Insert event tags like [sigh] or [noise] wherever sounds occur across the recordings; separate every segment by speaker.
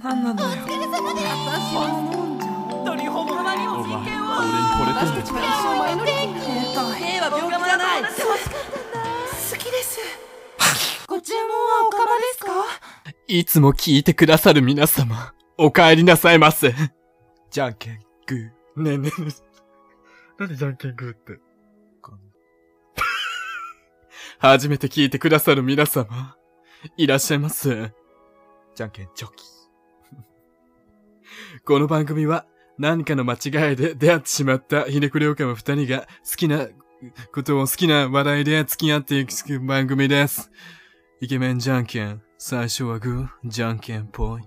Speaker 1: 何なのよ
Speaker 2: お疲れ様です
Speaker 1: 私は飲んじゃおう
Speaker 3: 本当にほんまにも
Speaker 4: お前
Speaker 3: 人権を
Speaker 4: 俺に惚れてんの
Speaker 1: 一生前乗り切りたい
Speaker 3: 平和病気じゃない
Speaker 1: 楽しかった好きですご注文はおかまですか
Speaker 4: いつも聞いてくださる皆様、お帰りなさいませ。じゃんけん、グー。ねえねえねえ。なんでじゃんけんグーって。わかんない初めて聞いてくださる皆様、いらっしゃいませ。じゃんけんチョキ。 [laughs] この番組は、何かの間違いで出会ってしまったひねくれおかま二人が好きなことを好きな話題で付き合っていく番組です。イケメンじゃんけん。最初はグー、じゃんけんぽい。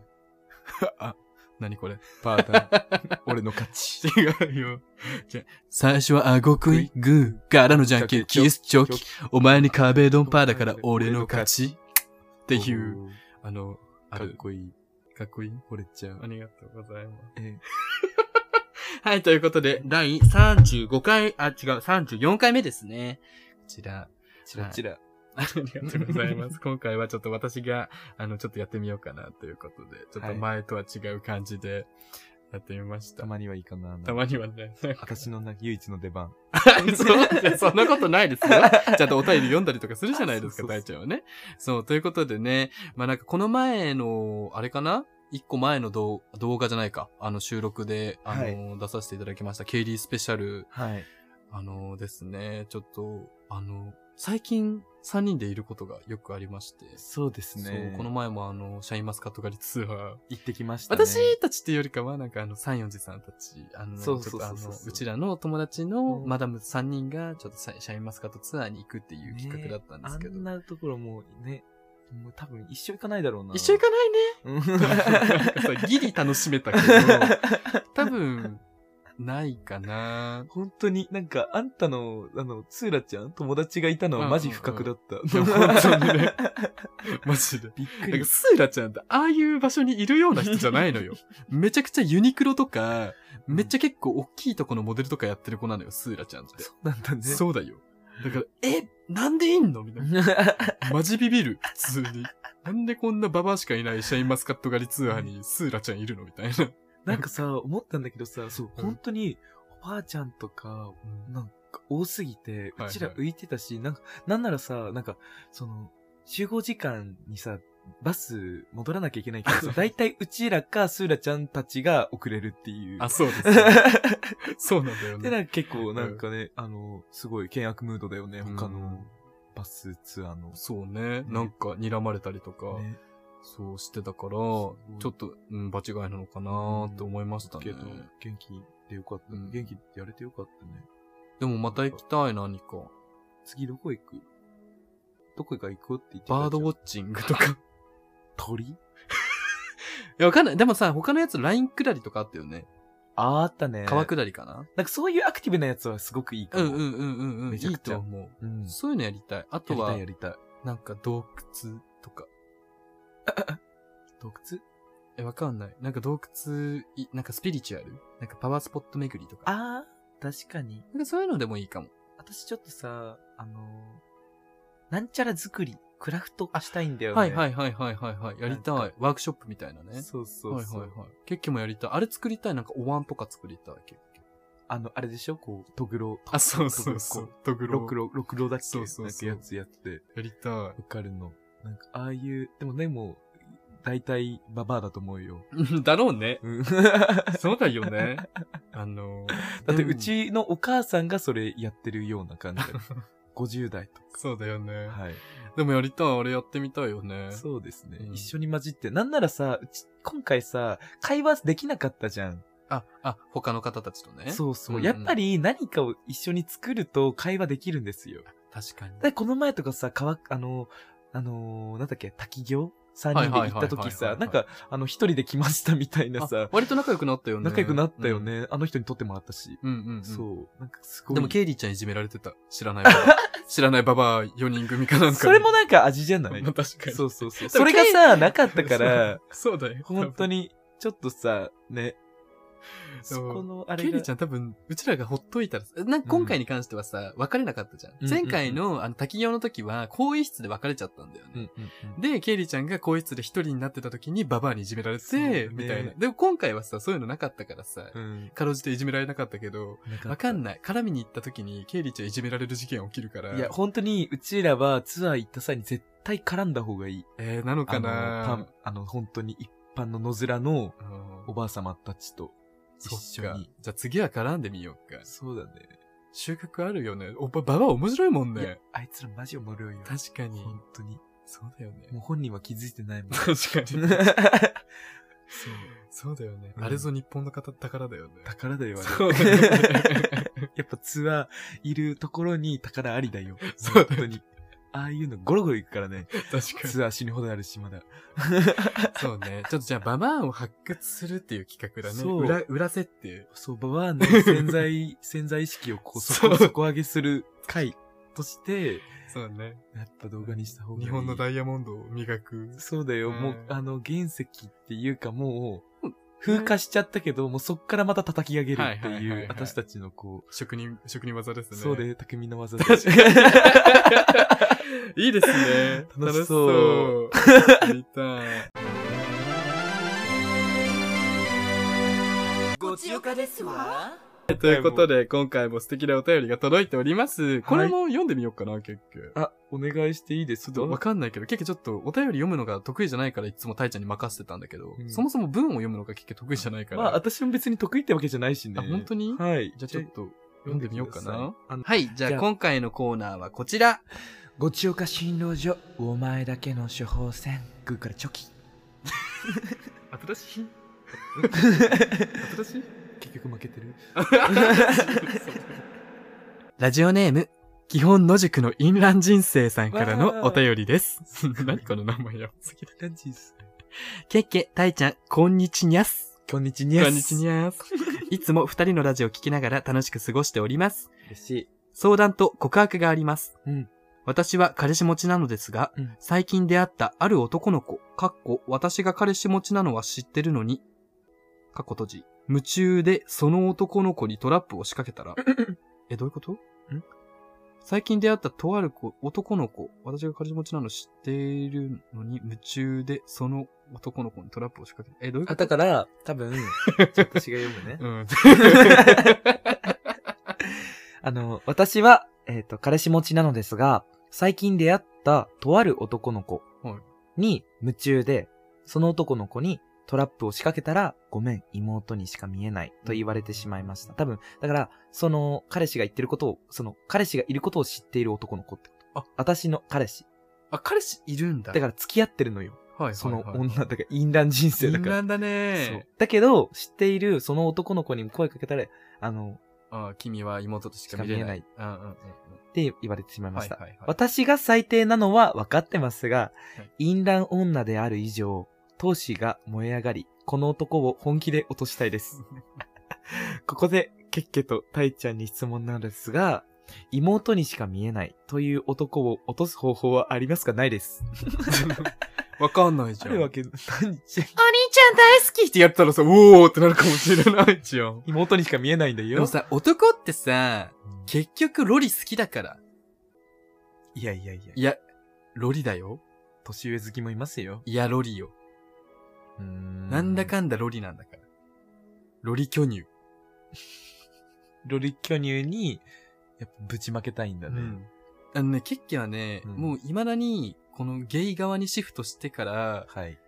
Speaker 4: [laughs] あ、なにこれパータ [laughs] ー。俺の勝ち。違うよ。じゃ、最初はあご食い、グー、からのじゃんけん、キス、チョキ。お前に壁ドンパーだから俺の勝ち。っていう、あの、あ
Speaker 5: かっ
Speaker 4: る。
Speaker 5: こいい。
Speaker 4: かっこいい
Speaker 5: 惚れちゃう。
Speaker 4: ありがとうございます。
Speaker 5: え
Speaker 4: [laughs] はい、ということで、第35回、あ、違う、34回目ですね。こちら。
Speaker 5: チラ [laughs] チラ。
Speaker 4: ありがとうござい [laughs] ます。今回はちょっと私が、あの、ちょっとやってみようかなということで、ちょっと前とは違う感じでやってみました。
Speaker 5: たまにはいいかな。
Speaker 4: たまには [laughs] ね。なんか
Speaker 5: 私のな唯一の出番。
Speaker 4: そういやそんなことないですよ。ちゃんとお便り読んだりとかするじゃないですか、
Speaker 5: [laughs] そうそうそう
Speaker 4: 大ちゃんはね。そう、ということでね、まあなんかこの前の、あれかな一個前の動動画じゃないか。あの収録で、あの、出させていただきました、KD スペシャル
Speaker 5: はい。
Speaker 4: あのですね、ちょっと、あの、最近3人でいることがよくありまして、
Speaker 5: そうですね
Speaker 4: そ。う、この前もあの、シャインマスカット狩りツアー、
Speaker 5: 行ってきましたね。
Speaker 4: 私たちっていうよりかは、なんかあの、三四時さんたち、あの、
Speaker 5: そうそうそうそう
Speaker 4: ちょっとあの、うちらの友達の
Speaker 5: うん
Speaker 4: マダム3人が、ちょっとシャシャインマスカットツアーに行くっていう企画だったんですけど。
Speaker 5: ねあんなところもうね、もう多分一生行かないだろうな。
Speaker 4: 一緒行かないね。なんかさギリ楽しめたけど、多分、ないかな。
Speaker 5: [laughs] 本当に、なんか、あんたの、あの、ツーラちゃん友達がいたのはマジ不覚だった。
Speaker 4: うんうんうんいや本当にねマジで。
Speaker 5: [laughs] びっく
Speaker 4: なん
Speaker 5: り
Speaker 4: か。スーラちゃんって、ああいう場所にいるような人じゃない
Speaker 5: [laughs]
Speaker 4: のよ。めちゃくちゃユニクロとか、めっちゃ結構大きいとこのモデルとかやってる子なのよ、スーラちゃんって。
Speaker 5: そうなんだね。
Speaker 4: そうだよ。だから、え、なんでいんのみたいな。マジビビる、普通に。なんでこんなババアしかいないシャインマスカット狩りツアーにスーラちゃんいるのみたいな。
Speaker 5: なんかさ、思ったんだけどさ、そう、
Speaker 4: うん
Speaker 5: 本当に、おばあちゃんとか、なんか多すぎて、
Speaker 4: はいう
Speaker 5: ちら浮いてたし、なんか、なんならさ、なんか、その、集合時間にさ、バス戻らなきゃいけないけ
Speaker 4: [laughs]
Speaker 5: どさ、だいたいうちらかスーラちゃんたちが遅れる [laughs] っていう。
Speaker 4: あ、そうです、そうなんだよ
Speaker 5: で、
Speaker 4: ね。
Speaker 5: なんか結構なんかね、あの、すごい険悪ムードだよね、他
Speaker 4: う
Speaker 5: の
Speaker 4: ん
Speaker 5: バスツアーの。
Speaker 4: そうね。なんか睨まれたりとか、
Speaker 5: ね
Speaker 4: そうしてたから、
Speaker 5: ご
Speaker 4: ちょ
Speaker 5: い
Speaker 4: っと、うん、場違いなのかなーって思いましたね。
Speaker 5: けど、元気でよかった。
Speaker 4: うん
Speaker 5: 元気でやれてよかったね。
Speaker 4: でもまた行きたい、何か。
Speaker 5: 次どこ行くどこが行こうって言ってたじゃん
Speaker 4: バードウォッチングとか。
Speaker 5: 鳥
Speaker 4: いや、わかんない。でもさ、他のやつ、ライン下りとかあったよね。
Speaker 5: あーあったね。
Speaker 4: 川下りかな、
Speaker 5: なんかそういうアクティブなやつはすごくいいか
Speaker 4: う
Speaker 5: も。
Speaker 4: んうんうんうんうん。い
Speaker 5: めちゃ
Speaker 4: い
Speaker 5: くちゃ
Speaker 4: と思
Speaker 5: う
Speaker 4: う。
Speaker 5: ん。
Speaker 4: そういうのやりたい。あ
Speaker 5: や
Speaker 4: と
Speaker 5: りた、
Speaker 4: はい
Speaker 5: やりたい。
Speaker 4: なんか洞窟とか。
Speaker 5: 洞窟
Speaker 4: え、わかんない。なんか洞窟い、なんかスピリチュアルなんかパワースポット巡りとか。
Speaker 5: あー、確かに。
Speaker 4: なんかそういうのでもいいかも。
Speaker 5: 私ちょっとさ、あのーなんちゃら作り、クラフトしたいんだよね。
Speaker 4: はいはいはいはいはいはい。やりた。
Speaker 5: ない
Speaker 4: ワークショップみたいなね。
Speaker 5: そうそうそう。
Speaker 4: はいはいはい。ケッキもやりたい。あれ作りたい。なんかお椀とか作りたい。ケッキ
Speaker 5: あの、あれでしょこう、トグロ。
Speaker 4: あ、そう
Speaker 5: そうそう。
Speaker 4: ドグ
Speaker 5: ロクロ、ロクロだっけ
Speaker 4: そうそうそう
Speaker 5: なんかやつやって、
Speaker 4: やりた
Speaker 5: わかるの。なんか、ああいう、でもね、もう、大体、ババアだと思うよ。
Speaker 4: い。だろうね。
Speaker 5: うん
Speaker 4: そうだよね。あのー
Speaker 5: だって、
Speaker 4: でも
Speaker 5: うちのお母さんがそれやってるような感じだ
Speaker 4: [laughs]
Speaker 5: よ。50代と
Speaker 4: そうだよ [laughs] ね。
Speaker 5: か。はい。
Speaker 4: でもやりたい、あれやってみたいよね。
Speaker 5: そうですね。
Speaker 4: うん
Speaker 5: 一緒に混じって。なんならさ、うち、今回さ、会話できなかったじゃん。
Speaker 4: あ、あ、他の方たちとね。
Speaker 5: そうそう。
Speaker 4: うんうん
Speaker 5: やっぱり何かを一緒に作ると会話できるんですよ。
Speaker 4: 確かに。
Speaker 5: で、この前とかさ、川、あの、あのーなんだっけ、滝行三人で行った時
Speaker 4: は
Speaker 5: さ
Speaker 4: いはいはいはいはい、
Speaker 5: なんか、あの、一人で来ましたみたいな
Speaker 4: あ
Speaker 5: さ、
Speaker 4: 割と仲良くなったよね。
Speaker 5: 仲良くなったよね。あの人に撮ってもらったし。
Speaker 4: うん。うんうんうん。
Speaker 5: そう。なんかすごい。
Speaker 4: でも、ケイリーちゃんいじめられてた。知らない
Speaker 5: [laughs]
Speaker 4: ババア。知らないババア4人組かなんかに。
Speaker 5: それもなんか味じゃない
Speaker 4: まあ確かに。
Speaker 5: そううそうそう。それがさ、なかったから、
Speaker 4: [laughs] そうだよ。
Speaker 5: 本当
Speaker 4: に。
Speaker 5: に、ちょっとさ、ね、そこのあ
Speaker 4: ケ
Speaker 5: れ
Speaker 4: リー
Speaker 5: が
Speaker 4: ちゃん多分、うちらがほっといたら、な今回に関してはさ、別れなかったじゃん。
Speaker 5: うん
Speaker 4: 前回の、あの、滝行の時は、更衣室で別れちゃったんだよね。
Speaker 5: うんうんうん
Speaker 4: で、ケイリーちゃんが更衣室で一人になってた時にババアにいじめられて、
Speaker 5: そうね
Speaker 4: みたいな。でも今回はさ、そういうのなかったからさ、
Speaker 5: うん。
Speaker 4: かろうじていじめられなかったけど、わかん
Speaker 5: な
Speaker 4: ない。絡みに行った時に、ケイリーちゃんいじめられる事件起きるから。
Speaker 5: いや、本当に、うちらはツアー行った際に絶対絡んだ方がいい。
Speaker 4: えー、なのか
Speaker 5: あのパ
Speaker 4: な
Speaker 5: ン、あの、本当に一般の野面の
Speaker 4: うん
Speaker 5: おばあ様たちと一
Speaker 4: そっ
Speaker 5: 緒
Speaker 4: か。
Speaker 5: に。
Speaker 4: じゃあ次は絡んでみようか。
Speaker 5: そうだね。
Speaker 4: 収穫あるよね。おば、ババア面白いもん
Speaker 5: いや
Speaker 4: ね。、
Speaker 5: あいつらマジおもろいよ。
Speaker 4: 確かに。
Speaker 5: 本当に。
Speaker 4: そうだよね。
Speaker 5: もう本人は気づいてないも
Speaker 4: [laughs]
Speaker 5: ん。
Speaker 4: 確かに。
Speaker 5: そう。
Speaker 4: そうだよね。
Speaker 5: うん
Speaker 4: あれぞ日本の方宝だよね。
Speaker 5: 宝だよ、
Speaker 4: そ
Speaker 5: あ
Speaker 4: う
Speaker 5: れ
Speaker 4: だよね
Speaker 5: やっぱツアーいるところに宝ありだよ。
Speaker 4: [laughs] そう
Speaker 5: 本当に。ああいうのゴロゴロ行くから
Speaker 4: [laughs]
Speaker 5: ね。
Speaker 4: 確かに。
Speaker 5: ツアー死ぬほどあるし、まだ。
Speaker 4: そうね。ちょっとじゃあ、ババアを発掘するっていう企画だね。
Speaker 5: そう
Speaker 4: 裏、裏設定。
Speaker 5: そう、ババアの
Speaker 4: [laughs]
Speaker 5: 潜在、潜在意識をこう、そこ、
Speaker 4: そう
Speaker 5: 底上げする回として、
Speaker 4: そうね。
Speaker 5: やっぱ動画にした方がいい。
Speaker 4: 日本のダイヤモンドを磨く。
Speaker 5: そうだよ、
Speaker 4: うん
Speaker 5: もう、あの、原石っていうかもう、風化しちゃったけど、もうそっからまた叩き上げるって
Speaker 4: はいはいはいはい
Speaker 5: いう、私たちのこ
Speaker 4: 職人、職人技です
Speaker 5: う、
Speaker 4: ね。
Speaker 5: そうで、匠の技で。
Speaker 4: [laughs] 確かに。いいですね。
Speaker 5: 楽しそう
Speaker 4: 楽しそう。やりたい。
Speaker 1: ごちよかですわ
Speaker 4: [laughs] ということで、今回も素敵なお便りが届いております。これも読んでみようかな、結局。
Speaker 5: [laughs] あ、お願いしていいです
Speaker 4: ちょっとわ
Speaker 5: か
Speaker 4: かんないけど、結局ちょっとお便り読むのが得意じゃないからいつもタイちゃんに任せてたんだけど、
Speaker 5: うん
Speaker 4: そもそも文を読むのが結局得意じゃないから。
Speaker 5: まあ、私も別に得意ってわけじゃないしね。
Speaker 4: あ本当に
Speaker 5: はい。
Speaker 4: じゃあちょっと読んでみようか
Speaker 5: 読ん
Speaker 4: な
Speaker 5: で。ください。あの
Speaker 4: はい、じ
Speaker 5: ゃあ
Speaker 4: 今回のコーナーはこちら。
Speaker 5: ごちおか診療所、お前だけの処方箋、グーからチョキ。
Speaker 4: 新
Speaker 5: [laughs]
Speaker 4: しい新しい
Speaker 5: 結局負けてる。
Speaker 4: [laughs] ラジオネーム、基本野宿のインラン人生さんからのお便りです。 [laughs] 何この名前やばすぎる。
Speaker 5: ランチです。
Speaker 4: けっけ、たいちゃん、こんにちにゃす。
Speaker 5: こんにちにゃ
Speaker 4: こんにちにゃーす。いつも二人のラジオを聞きながら楽しく過ごしております。
Speaker 5: 嬉しい。
Speaker 4: 相談と告白があります。
Speaker 5: うん
Speaker 4: 私は彼氏持ちなのですが、
Speaker 5: うん
Speaker 4: 最近出会ったある男の子、かっこ私が彼氏持ちなのは知ってるのに、かっこ閉じ、夢中でその男の子にトラップを仕掛けた [laughs] ら、え、どういうこと最近出会ったとある子、男の子、私が彼氏持ちなの知っているのに、夢中でその男の子にトラップを仕掛けた。え、どういうこ
Speaker 5: あ、
Speaker 4: と
Speaker 5: だから、多分、ちょっと私が読むね。
Speaker 4: うん。
Speaker 5: あの、私は、えっ、と、彼氏持ちなのですが、最近出会ったとある男の子
Speaker 4: はい
Speaker 5: に夢中で、その男の子にトラップを仕掛けたら、ごめん、妹にしか見えないと言われてしまいました。多分、だから、その、彼氏が言ってることを、その、彼氏がいることを知っている男の子ってこと。
Speaker 4: あ
Speaker 5: 私の彼氏。
Speaker 4: [laughs] あ、彼氏いる [laughs] んだ。
Speaker 5: だから付き合ってるのよ。
Speaker 4: ら、はい、
Speaker 5: その
Speaker 4: はい
Speaker 5: 女、だから、淫乱人生だ
Speaker 4: 淫
Speaker 5: から。
Speaker 4: 乱だ
Speaker 5: そう
Speaker 4: ね。
Speaker 5: だけど、知っているその男の子にも声かけたら、あの、
Speaker 4: ああ君は妹としか見れない。
Speaker 5: し
Speaker 4: うんうんうんうん。
Speaker 5: って言われてしまいま
Speaker 4: は
Speaker 5: し
Speaker 4: い
Speaker 5: た。
Speaker 4: はいはい。
Speaker 5: 私が最低なのは分かってますが
Speaker 4: はい、
Speaker 5: 淫乱女である以上、闘志が燃え上がり、この男を本気で落としたい [laughs] です。ここで、ケッケとタイちゃんに質問なのですが、妹にしか見えないという男を落とす方法はありますかないです。
Speaker 4: わかんないじ [laughs]
Speaker 5: あ
Speaker 4: ゃん。
Speaker 5: るわけ、何じゃん
Speaker 1: ちゃん大好き
Speaker 4: ってやったらさ、おーってなるかもしれないじゃん。
Speaker 5: 妹にしか見えないんだ
Speaker 4: [laughs] で
Speaker 5: よ
Speaker 4: も。さ、男ってさ、結局ロリ好きだから。
Speaker 5: いやいやいや
Speaker 4: い、や、ロリだよ。
Speaker 5: 年上好きもいますよ。
Speaker 4: いや、ロリよ。な
Speaker 5: なん
Speaker 4: だ、かんだロリなんだから。ロリ巨乳。
Speaker 5: ロリ巨乳に、やっぱぶちまけたいんだね。
Speaker 4: うんあのね、ケッケはね、
Speaker 5: うん
Speaker 4: もう未だに、このゲイ側にシフトしてから、
Speaker 5: はい。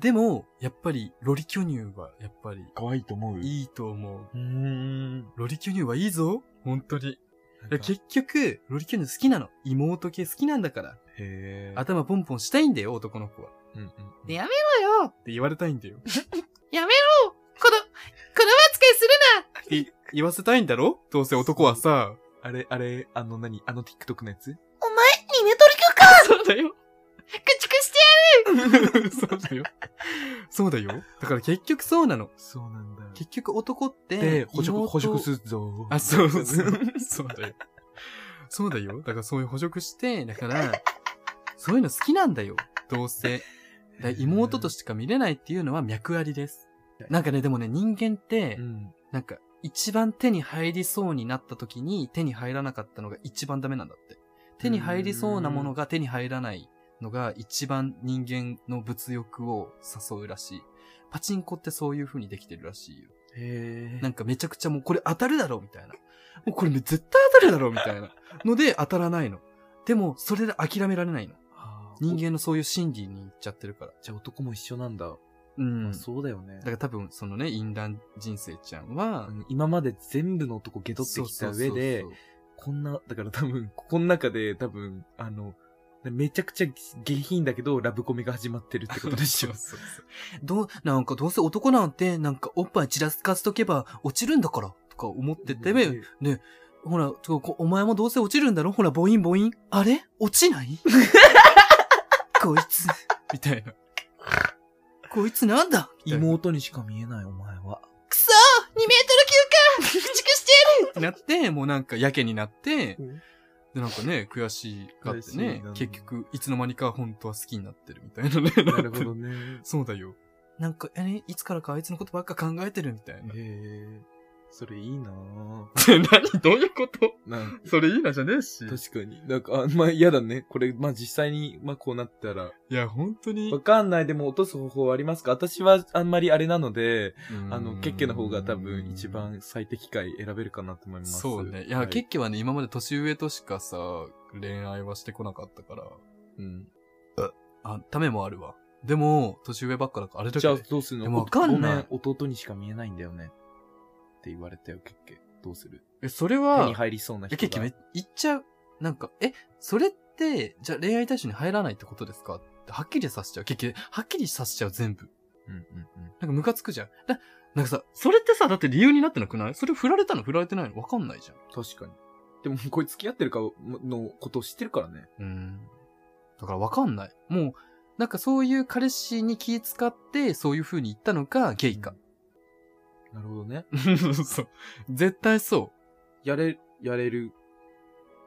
Speaker 4: でも、やっぱり、ロリ巨乳は、やっぱり、
Speaker 5: 可愛いと思う
Speaker 4: いいと思う。
Speaker 5: うーん。
Speaker 4: ロリ巨乳はいいぞ。本当に。
Speaker 5: なんか
Speaker 4: 結局、ロリ巨乳好きなの。妹系好きなんだから。
Speaker 5: へー
Speaker 4: 頭ポンポンしたいんだよ、男の子は。
Speaker 5: うんうん
Speaker 1: で
Speaker 5: うん
Speaker 1: やめろよ
Speaker 4: って言われたいんだよ。
Speaker 1: やめろこの、この扱いする
Speaker 4: って言わせたいんだろどうせ男
Speaker 5: [laughs]
Speaker 4: はさ。
Speaker 5: あれ、あれ、あの何、あの TikTok のやつ
Speaker 1: なお前、リメトリ曲か
Speaker 4: そうだよ。
Speaker 1: 駆逐して
Speaker 4: そうだよ。そうだよ。だから結局そうなの。
Speaker 5: そうなんだ。
Speaker 4: 結局男って。
Speaker 5: で、捕食、
Speaker 4: 妹
Speaker 5: 捕食するぞ。
Speaker 4: あ、そうそう。 [laughs] そうだよ。そうだよ。だからそういう捕食して、だから、そういうの好きなんだよ。どうせ。だから妹としか見れないっていうのは脈ありです。なんかね、でもね、人間って
Speaker 5: う、ん。
Speaker 4: なんか、一番手に入りそうになった時に手に入らなかったのが一番ダメなんだって。手に入りそうなものが手に入らないのが一番人間の物欲を誘うらしい。パチンコってそういう風にできてるらしいよ。
Speaker 5: へ
Speaker 4: なんかめちゃくちゃもうこれ当たるだろうみたいな。もうこれ絶対当たるだろうみたいな。ので当たらないの。でも、それで諦められないの。人間のそういう心理にいっちゃってるから。
Speaker 5: じゃあ男も一緒なんだ。
Speaker 4: うん
Speaker 5: まあそうだよね
Speaker 4: だか。ら多分、そのね、淫乱人生ちゃんは、
Speaker 5: うん今まで全部の男ゲドってきた上で
Speaker 4: そうそうそう、
Speaker 5: こんな、だから多分、ここの中で多分、あの、めちゃくちゃ下品だけど、ラブコメが始まってるってことでし [laughs] ょ。
Speaker 4: そうそうそうどう、なんかどうせ男なんて、なんかおっぱいちらつかせとけば落ちるんだから、とか思ってて、
Speaker 5: ね
Speaker 4: ほら、ちょこお前もどうせ落ちるんだろほら、ボインボイン。あれ落ちない [laughs] こいつ。みたいな。こいつなんだ妹
Speaker 5: 妹にしか見えない、お前は。
Speaker 1: くそ !2 メートル級か駆逐して
Speaker 4: ってなって、もうなんかやけになって、
Speaker 5: うん
Speaker 4: で、なんかね、悔しがって
Speaker 5: 悔しい
Speaker 4: ね
Speaker 5: な、
Speaker 4: 結局、いつの間にか本当は好きになってるみたいなね。
Speaker 5: [laughs] [laughs] なるほどね。 [laughs]
Speaker 4: そうだよ。なんか、え、ねいつからかあいつのことばっか考えてるみたいな。
Speaker 5: へえ、それいいなぁ。
Speaker 4: [laughs] 何どういうこと
Speaker 5: なん
Speaker 4: それいいなじゃねえし
Speaker 5: 確かに。なんか、あまあ嫌だね。これ、まあ実際に、まあこうなったら。
Speaker 4: いや、本当に
Speaker 5: わ。かんない。でも落とす方法はありますか私はあんまりあれなので、あ
Speaker 4: う
Speaker 5: の、
Speaker 4: ん
Speaker 5: ケッケの方が多分一。番最適解選べるかなと思います。
Speaker 4: そうね。いや、
Speaker 5: はい
Speaker 4: ケッケはね、今まで年上としかさ、恋愛はしてこなかったから。
Speaker 5: うん。
Speaker 4: あ、ためもあるわ。でも、年上ばっかだから、あれだけ
Speaker 5: じゃあ
Speaker 4: ど。
Speaker 5: どうする
Speaker 4: いや
Speaker 5: の
Speaker 4: わかんない
Speaker 5: ごめ弟にしか見えないんだよね。って言われたよ、ケッケ。どうする
Speaker 4: え、それ
Speaker 5: 手
Speaker 4: は、
Speaker 5: に
Speaker 4: い
Speaker 5: 入りそうな人が。
Speaker 4: や、ケッケめ、言っちゃう。なんか、え、それって、じゃあ恋愛対象に入らないってことですかってはっきりさせちゃう。ケッケ、はっきりさせちゃう、全部。
Speaker 5: うんうんうん。
Speaker 4: なんかムカつくじゃん。だ、なんかさ、それってさ、だって理由になってなくないそれ振られたの振られてないのわかんないじ
Speaker 5: 確かに。でも、これ付き合ってるかのことを知ってるからね。
Speaker 4: ゃん。うん。だからわかんない。もう、なんかそういう彼氏に気使って、そういう風に言ったのか、ゲイか。
Speaker 5: なるほどね。
Speaker 4: そう。絶対そ
Speaker 5: やれ、やれる、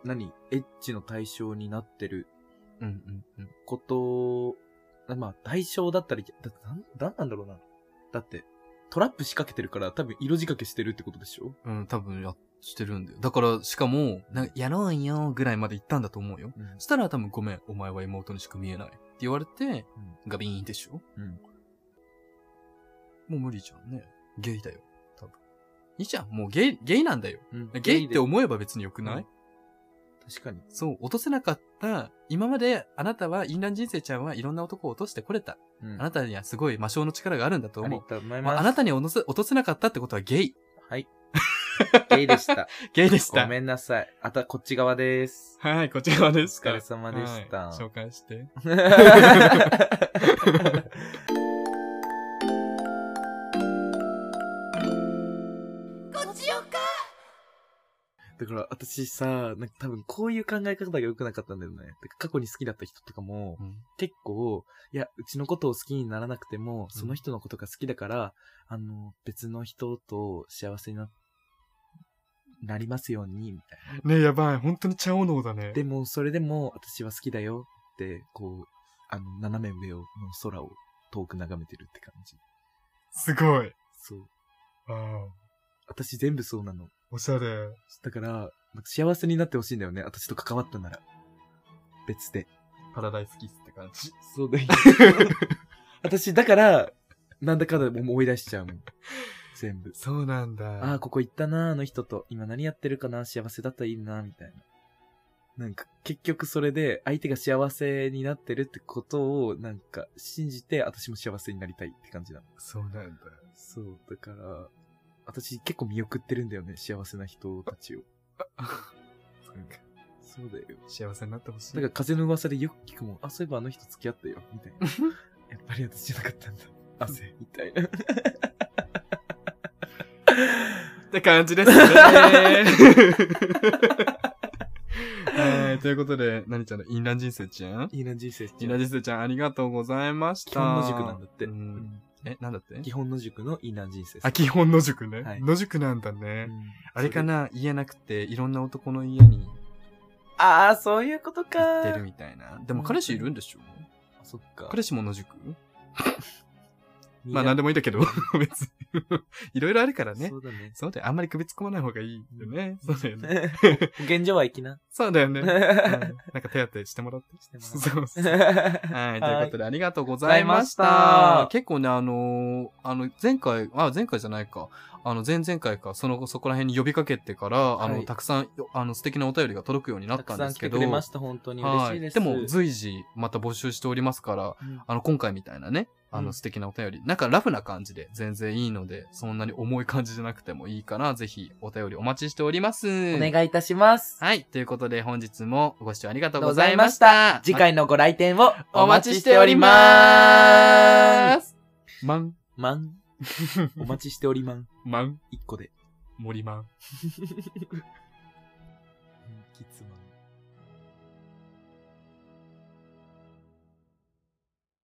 Speaker 5: 何エッチの対象になってる
Speaker 4: う。うんうんうん。
Speaker 5: こと、あまあ、対象だったり、だなん、なんなんだろうな。だって、トラップ仕掛けてるから多分色仕掛けしてるってことでしょ
Speaker 4: うん、多分やってるんだよ。だから、しかも、なんか、やろうよぐらいまで行ったんだと思うよ。
Speaker 5: うん
Speaker 4: そしたら多分、ごめん、お前は妹にしか見えない。って言われて、ガビーンでしょ
Speaker 5: うん。
Speaker 4: もう無理じゃんね。ゲイだよ。多分。いいじゃん。もうゲイ、ゲイなんだよ。
Speaker 5: うん
Speaker 4: ゲイって
Speaker 5: う。
Speaker 4: 思えば別に良くない、
Speaker 5: うん確かに。
Speaker 4: そう、落とせなかった。今まであなたは、インラン人生ちゃんはいろんな男を落としてこれた。
Speaker 5: うん
Speaker 4: あなたにはすごい魔性の力があるんだと
Speaker 5: あり
Speaker 4: 思う
Speaker 5: が。とうござい
Speaker 4: ま
Speaker 5: ます。
Speaker 4: あ、あなたに落とせ落とせなかったってことはゲイ。
Speaker 5: はい。ゲイでした。
Speaker 4: [laughs] ゲイでし
Speaker 5: [laughs] ご
Speaker 4: た。
Speaker 5: めんなさい。あた、こっち側です。
Speaker 4: はい、こちらで
Speaker 5: お
Speaker 4: す
Speaker 5: 疲れ様でした。 [laughs]
Speaker 4: はい紹介して。
Speaker 1: こっちよか
Speaker 5: だから私さ、なんか多分こういう考え方が良くなかったんだよね。だから過去に好きだった人とかも、結構、いや、うちのことを好きにならなくても、その人のことが好きだから、あの、別の人と幸せにな、なりますように、みたいな。
Speaker 4: ねやばい。本当に茶おのだね。
Speaker 5: でも、それでも私は好きだよって、こう、あの、斜め上を、の空を遠く眺めてるって感じ。
Speaker 4: すごい。
Speaker 5: そう。
Speaker 4: ああ、
Speaker 5: 私全部そうなの。
Speaker 4: おしゃれ。
Speaker 5: だから、なんか幸せになってほしいんだよね。私と関わったなら。別で。
Speaker 4: パラダイスキスって感じ。
Speaker 5: そうだよ。 [laughs] 私、だから、なんだかんだ思い出しちゃうもん。全部。
Speaker 4: そうなんだ。
Speaker 5: ああ、ここ行ったな、あの人と。今何やってるかな、幸せだったらいいな、みたいな。なんか、結局それで、相手が幸せになってるってことを、なんか、信じて、私も幸せになりたいって感じなの。
Speaker 4: そうなんだ。
Speaker 5: そう、だから、私結構見送ってるんだよね、幸せな人たちを。そうだよ。
Speaker 4: [laughs] 幸せになってほしい。
Speaker 5: だから風の噂でよく聞くもん。あ、そういえばあの人付き合ったよ。みたいな。やっぱり私じゃなかったんだ。汗。みたいな。
Speaker 4: って感じで
Speaker 5: [laughs]
Speaker 4: すね。はい、ということで、なにちゃんのインラン人生ちゃん
Speaker 5: いいな人生って
Speaker 4: インラン人生ちゃんありがとうございました。
Speaker 5: 基本の塾なんだって。
Speaker 4: うえ、なんだって
Speaker 5: 基本の塾のいいな人生。
Speaker 4: あ、基本の塾ね。
Speaker 5: はい
Speaker 4: の塾なんだ
Speaker 5: う
Speaker 4: ね。
Speaker 5: ん
Speaker 4: あれかな家なくて、いろんな男の家に
Speaker 5: ああ、そういうことか。
Speaker 4: 行ってるみたいな。でも彼氏いるんでしょ
Speaker 5: あそっか。
Speaker 4: 彼氏も野宿まあ何でもいいんだけど、 [laughs] 別に。いろいろあるからね
Speaker 5: そ。うだね。
Speaker 4: そうだよ。あんまり首突っ込まない方がいいよね。そうだよね。
Speaker 5: [laughs] 現状は行き [laughs] な。
Speaker 4: そうだよね。うん
Speaker 5: し
Speaker 4: なんか手当てしてもらって。
Speaker 5: てもら
Speaker 4: そうそう
Speaker 5: う
Speaker 4: はい、と
Speaker 5: はい
Speaker 4: いうことでありがとうございました。
Speaker 5: ございました
Speaker 4: 結構ね、あのーあの、前回、あ、前回じゃないか。あの、前々回か、その後、そこら辺に呼びかけてから、あの、
Speaker 5: はい
Speaker 4: たくさん、よあの、素敵なお便りが届くようにな
Speaker 5: た
Speaker 4: っ
Speaker 5: く
Speaker 4: たん
Speaker 5: さ
Speaker 4: で
Speaker 5: ん
Speaker 4: す
Speaker 5: 来
Speaker 4: け
Speaker 5: て
Speaker 4: ど。
Speaker 5: くれました。本当に嬉しいです。
Speaker 4: はいでも、随時、また募集しておりますか
Speaker 5: う
Speaker 4: ら、
Speaker 5: ん
Speaker 4: あの、今回みたいなね、あ
Speaker 5: う
Speaker 4: の、
Speaker 5: ん
Speaker 4: 素敵なお便り、なんかラフな感じで全然いいので、そんなに重い感じじゃなくてもいいから、ぜひ、お便りお待ちしております。
Speaker 5: お願いいたします。
Speaker 4: はい。ということで、本日もご視聴ありがとう
Speaker 5: どう
Speaker 4: ご
Speaker 5: ござ
Speaker 4: ざ
Speaker 5: い
Speaker 4: いま
Speaker 5: ま
Speaker 4: し
Speaker 5: したた。。次回のご来店を
Speaker 4: お
Speaker 5: お
Speaker 4: 待
Speaker 5: 待
Speaker 4: ち
Speaker 5: ち
Speaker 4: し
Speaker 5: してて
Speaker 4: お
Speaker 5: お
Speaker 4: り
Speaker 5: り
Speaker 4: ま。
Speaker 5: ます
Speaker 4: まん、
Speaker 5: ま
Speaker 4: [laughs]
Speaker 5: ん。お待ちしておりまん。
Speaker 4: まん、
Speaker 5: 一個で。
Speaker 4: 森まん。
Speaker 5: きつまん。